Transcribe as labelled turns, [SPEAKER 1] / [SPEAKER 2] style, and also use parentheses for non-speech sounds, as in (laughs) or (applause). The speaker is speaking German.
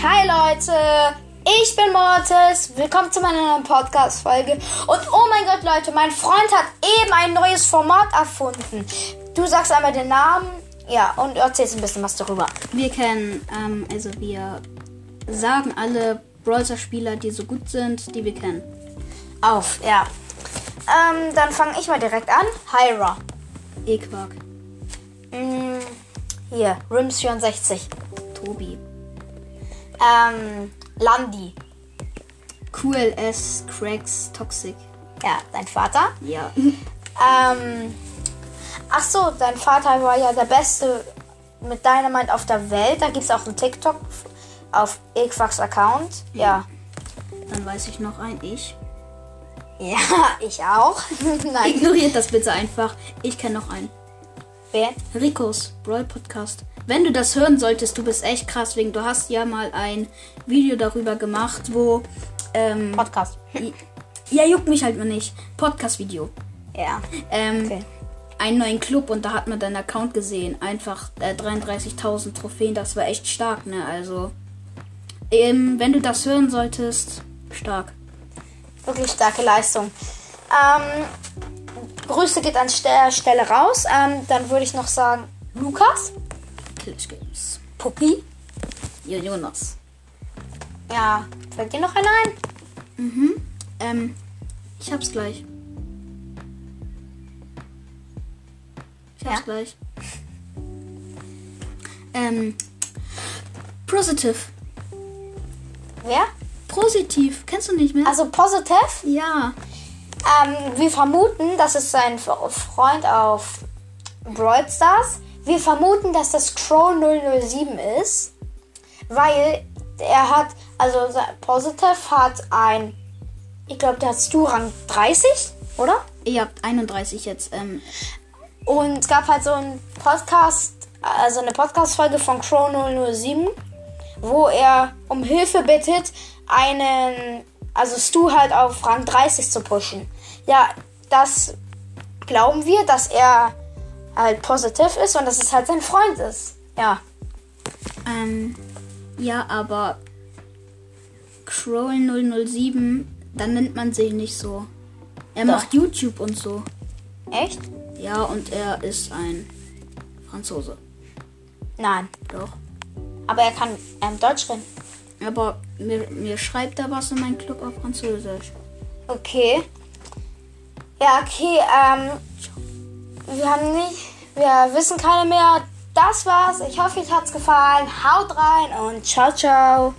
[SPEAKER 1] Hi Leute, ich bin Mortis. Willkommen zu meiner neuen Podcast-Folge. Und oh mein Gott, Leute, mein Freund hat eben ein neues Format erfunden. Du sagst einmal den Namen, ja, und erzählst ein bisschen was darüber.
[SPEAKER 2] Wir kennen, ähm, also wir sagen alle Browser-Spieler, die so gut sind, die wir kennen.
[SPEAKER 1] Auf, ja. Ähm, dann fange ich mal direkt an. Hyra.
[SPEAKER 2] Equark,
[SPEAKER 1] Mm, hier, Rims64.
[SPEAKER 2] Tobi,
[SPEAKER 1] Ähm, Landi.
[SPEAKER 2] QLS, Cracks, Toxic.
[SPEAKER 1] Ja, dein Vater.
[SPEAKER 2] Ja. (laughs)
[SPEAKER 1] Ähm, ach so, dein Vater war ja der Beste mit Dynamite auf der Welt. Da gibt es auch einen TikTok auf Equax Account. Ja.
[SPEAKER 2] Dann weiß ich noch ein Ich. (laughs)
[SPEAKER 1] Ja, (laughs) ich auch. Nein.
[SPEAKER 2] Ignoriert das bitte einfach. Ich kenne noch einen.
[SPEAKER 1] Wer?
[SPEAKER 2] Ricos Brawl Podcast. Wenn du das hören solltest, du bist echt krass, wegen du hast ja mal ein Video darüber gemacht, wo
[SPEAKER 1] (laughs)
[SPEAKER 2] ähm,
[SPEAKER 1] Podcast.
[SPEAKER 2] i- ja juckt mich halt mal nicht Podcast Video.
[SPEAKER 1] Ja.
[SPEAKER 2] Ähm,
[SPEAKER 1] Okay.
[SPEAKER 2] einen neuen Club und da hat man deinen Account gesehen. Einfach äh, 33.000 Trophäen, das war echt stark, ne? Also ähm, wenn du das hören solltest, stark.
[SPEAKER 1] Wirklich starke Leistung. Ähm, Grüße geht an der Stelle raus. Ähm, dann würde ich noch sagen, Lukas,
[SPEAKER 2] Clash Games.
[SPEAKER 1] Puppi.
[SPEAKER 2] Jo- Jonas.
[SPEAKER 1] Ja, fällt dir noch einer ein?
[SPEAKER 2] Ähm, ich hab's gleich. Ich hab's
[SPEAKER 1] Ja.
[SPEAKER 2] gleich. Ähm, positiv.
[SPEAKER 1] Wer?
[SPEAKER 2] Positiv. Kennst du nicht mehr?
[SPEAKER 1] Also Positive.
[SPEAKER 2] ja.
[SPEAKER 1] Ähm, wir vermuten, das ist sein F- Freund auf Brawl Stars. Wir vermuten, dass das Crow 007 ist, weil er hat, also se- Positive hat ein, ich glaube, der hast du Rang 30, oder?
[SPEAKER 2] Ihr habt 31 jetzt. Ähm,
[SPEAKER 1] Und es gab halt so einen Podcast, also eine Podcast-Folge von Crow 007, wo er um Hilfe bittet, einen, also Stu halt auf Rang 30 zu pushen. Ja, das glauben wir, dass er halt positiv ist und dass es halt sein Freund ist. Ja.
[SPEAKER 2] ähm, ja, aber Crow 007, dann nennt man sie nicht so. Er
[SPEAKER 1] Doch.
[SPEAKER 2] macht YouTube und so.
[SPEAKER 1] Echt?
[SPEAKER 2] Ja, und er ist ein Franzose.
[SPEAKER 1] Nein.
[SPEAKER 2] Doch.
[SPEAKER 1] Aber er kann ähm, Deutsch reden.
[SPEAKER 2] Aber mir, mir schreibt da was in meinen Club auf Französisch.
[SPEAKER 1] Okay. Ja, okay. Ähm, wir haben nicht, wir wissen keine mehr. Das war's. Ich hoffe, euch hat's gefallen. Haut rein und ciao, ciao.